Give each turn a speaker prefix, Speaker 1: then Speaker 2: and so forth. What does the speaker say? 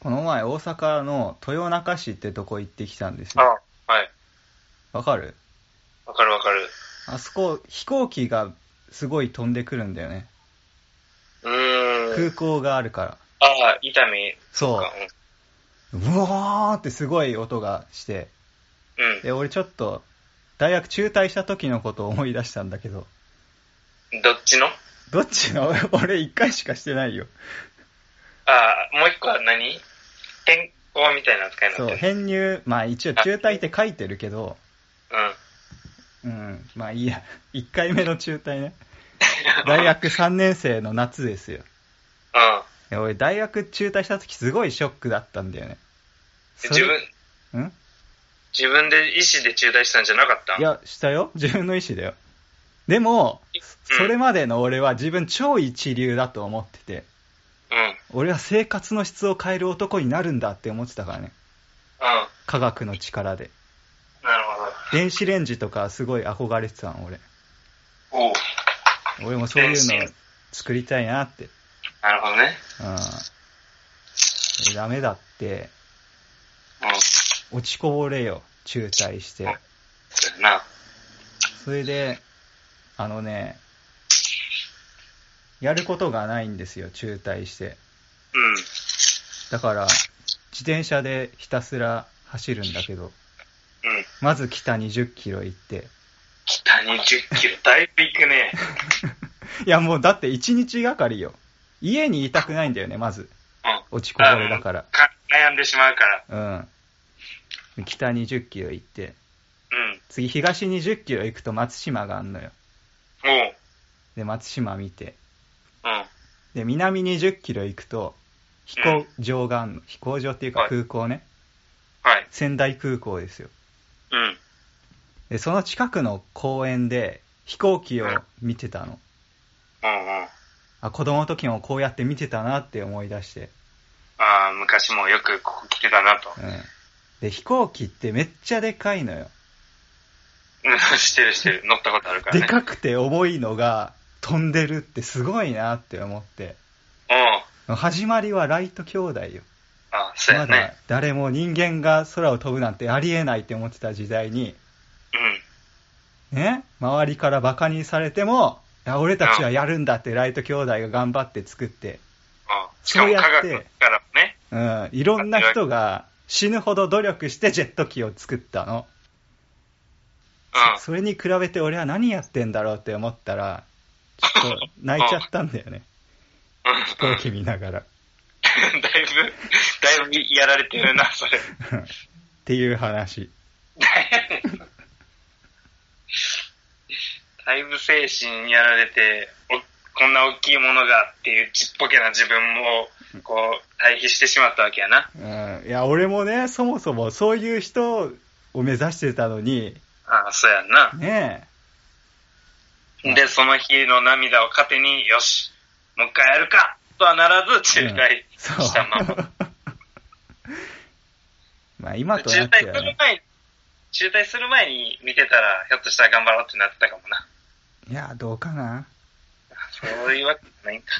Speaker 1: この前大阪の豊中市ってとこ行ってきたんです
Speaker 2: あ
Speaker 1: よ。
Speaker 2: はい。
Speaker 1: わかる
Speaker 2: わかるわかる。
Speaker 1: あそこ飛行機がすごい飛んでくるんだよね。
Speaker 2: うー
Speaker 1: 空
Speaker 2: ん。
Speaker 1: 港があるから。
Speaker 2: ああ、痛みと
Speaker 1: そ
Speaker 2: か。
Speaker 1: う。うわーってすごい音がして。
Speaker 2: うん。う
Speaker 1: で、俺ちょっと大学中退した時のことを思い出したんだけど。
Speaker 2: ん。どっちの
Speaker 1: どっちの 俺一回しかしてないよ。
Speaker 2: ああ、もう一個は何変更みたいな扱いにな
Speaker 1: そ
Speaker 2: っ
Speaker 1: う、
Speaker 2: てる。
Speaker 1: 編入、まあ一応中退って書いてるけど、
Speaker 2: うん。
Speaker 1: うん、まあいいや。一回目の中退ね。大学3年生の夏ですよ。
Speaker 2: うん。
Speaker 1: いや俺、大学中退した時すごいショックだったんだよね。そ
Speaker 2: 自
Speaker 1: れ
Speaker 2: 分、
Speaker 1: ん
Speaker 2: 自分で意思で中退したんじゃなかった
Speaker 1: いや、したよ。 自分の意思だよ。でも、
Speaker 2: うん
Speaker 1: それまでの俺は自分超一流だと思ってて、
Speaker 2: うん。うん。
Speaker 1: 俺は生活の質を変える男になるんだって思ってたからね。科学の力で。
Speaker 2: なるほど。
Speaker 1: 電子レンジとかすごい憧れてたの、俺。
Speaker 2: おう
Speaker 1: 俺もそういう
Speaker 2: 電子レン
Speaker 1: の
Speaker 2: ジ
Speaker 1: 作りたいなって。
Speaker 2: なるほどね。
Speaker 1: うん。ダメだって、
Speaker 2: うん。
Speaker 1: 落ちこぼれよ、中退して。
Speaker 2: そうやな。
Speaker 1: それで、あのね、やることがないんですよ、中退して。
Speaker 2: うん。
Speaker 1: だから、自転車でひたすら走るんだけど、
Speaker 2: うん。
Speaker 1: まず北20キロ行って。
Speaker 2: 北に10キロ、だいぶ行くね。
Speaker 1: いや、もうだって1日がかりよ。家にいたくないんだよね、まず。
Speaker 2: うん。
Speaker 1: 落ちこぼれだから。
Speaker 2: か悩んでしまうから。
Speaker 1: うん。北20キロ行って。
Speaker 2: うん。
Speaker 1: 次、東20キロ行くと松島があんのよ。
Speaker 2: おう。
Speaker 1: で、松島見て。
Speaker 2: うん。
Speaker 1: で、南20キロ行くと、飛行場があんの。飛行場っていうか
Speaker 2: はい
Speaker 1: 空港ね。
Speaker 2: はい。
Speaker 1: 仙台空港ですよ。
Speaker 2: うん。
Speaker 1: で、その近くの公園で飛行機を見てたの。
Speaker 2: うんうん。
Speaker 1: あ、子供の時もこうやって見てたなって思い出して。
Speaker 2: ああ、昔もよくここ来てたなと。
Speaker 1: うん。で、飛行機ってめっちゃでかいのよ。
Speaker 2: うん、 してるしてる。乗ったことあるから
Speaker 1: で
Speaker 2: ね。
Speaker 1: かくて重いのが飛んでるってすごいなって思って。
Speaker 2: うん。
Speaker 1: 始まりはライト兄弟よ。
Speaker 2: あそうや
Speaker 1: まだ
Speaker 2: ね。
Speaker 1: 誰も人間が空を飛ぶなんてありえないって思ってた時代に、
Speaker 2: うん。
Speaker 1: ね、周りからバカにされても、いや俺たちはやるんだってライト兄弟が頑張って作って、
Speaker 2: うんしかも科
Speaker 1: そうやっ
Speaker 2: 学
Speaker 1: て
Speaker 2: からもね。
Speaker 1: うん、いろんな人が死ぬほど努力してジェット機を作ったの。
Speaker 2: うん。
Speaker 1: それに比べて俺は何やってんだろうって思ったら、ちょっと泣いちゃったんだよね。飛
Speaker 2: うん
Speaker 1: 行機見ながら。
Speaker 2: だいぶ、だいぶやられてるな、それ。
Speaker 1: っていう話。
Speaker 2: だいぶ精神やられて、おこんな大きいものがっていうちっぽけな自分も、こう、対比してしまったわけやな。
Speaker 1: うん、いや、俺もね、そもそもそういう人を目指してたのに、
Speaker 2: ああ、そうやんな。
Speaker 1: ねうん
Speaker 2: で、その日の涙を糧に、よし、もう一回やるかとはならず、
Speaker 1: え。
Speaker 2: 中
Speaker 1: うん
Speaker 2: 退
Speaker 1: そう
Speaker 2: したまま。
Speaker 1: まあ今と
Speaker 2: 中
Speaker 1: なって
Speaker 2: 退
Speaker 1: は
Speaker 2: する
Speaker 1: ね、
Speaker 2: 前に、中退する前に見てたら、ひょっとしたら頑 張ろうってなってたかもな。
Speaker 1: いや、どうかな。
Speaker 2: そういうわけじゃないんか。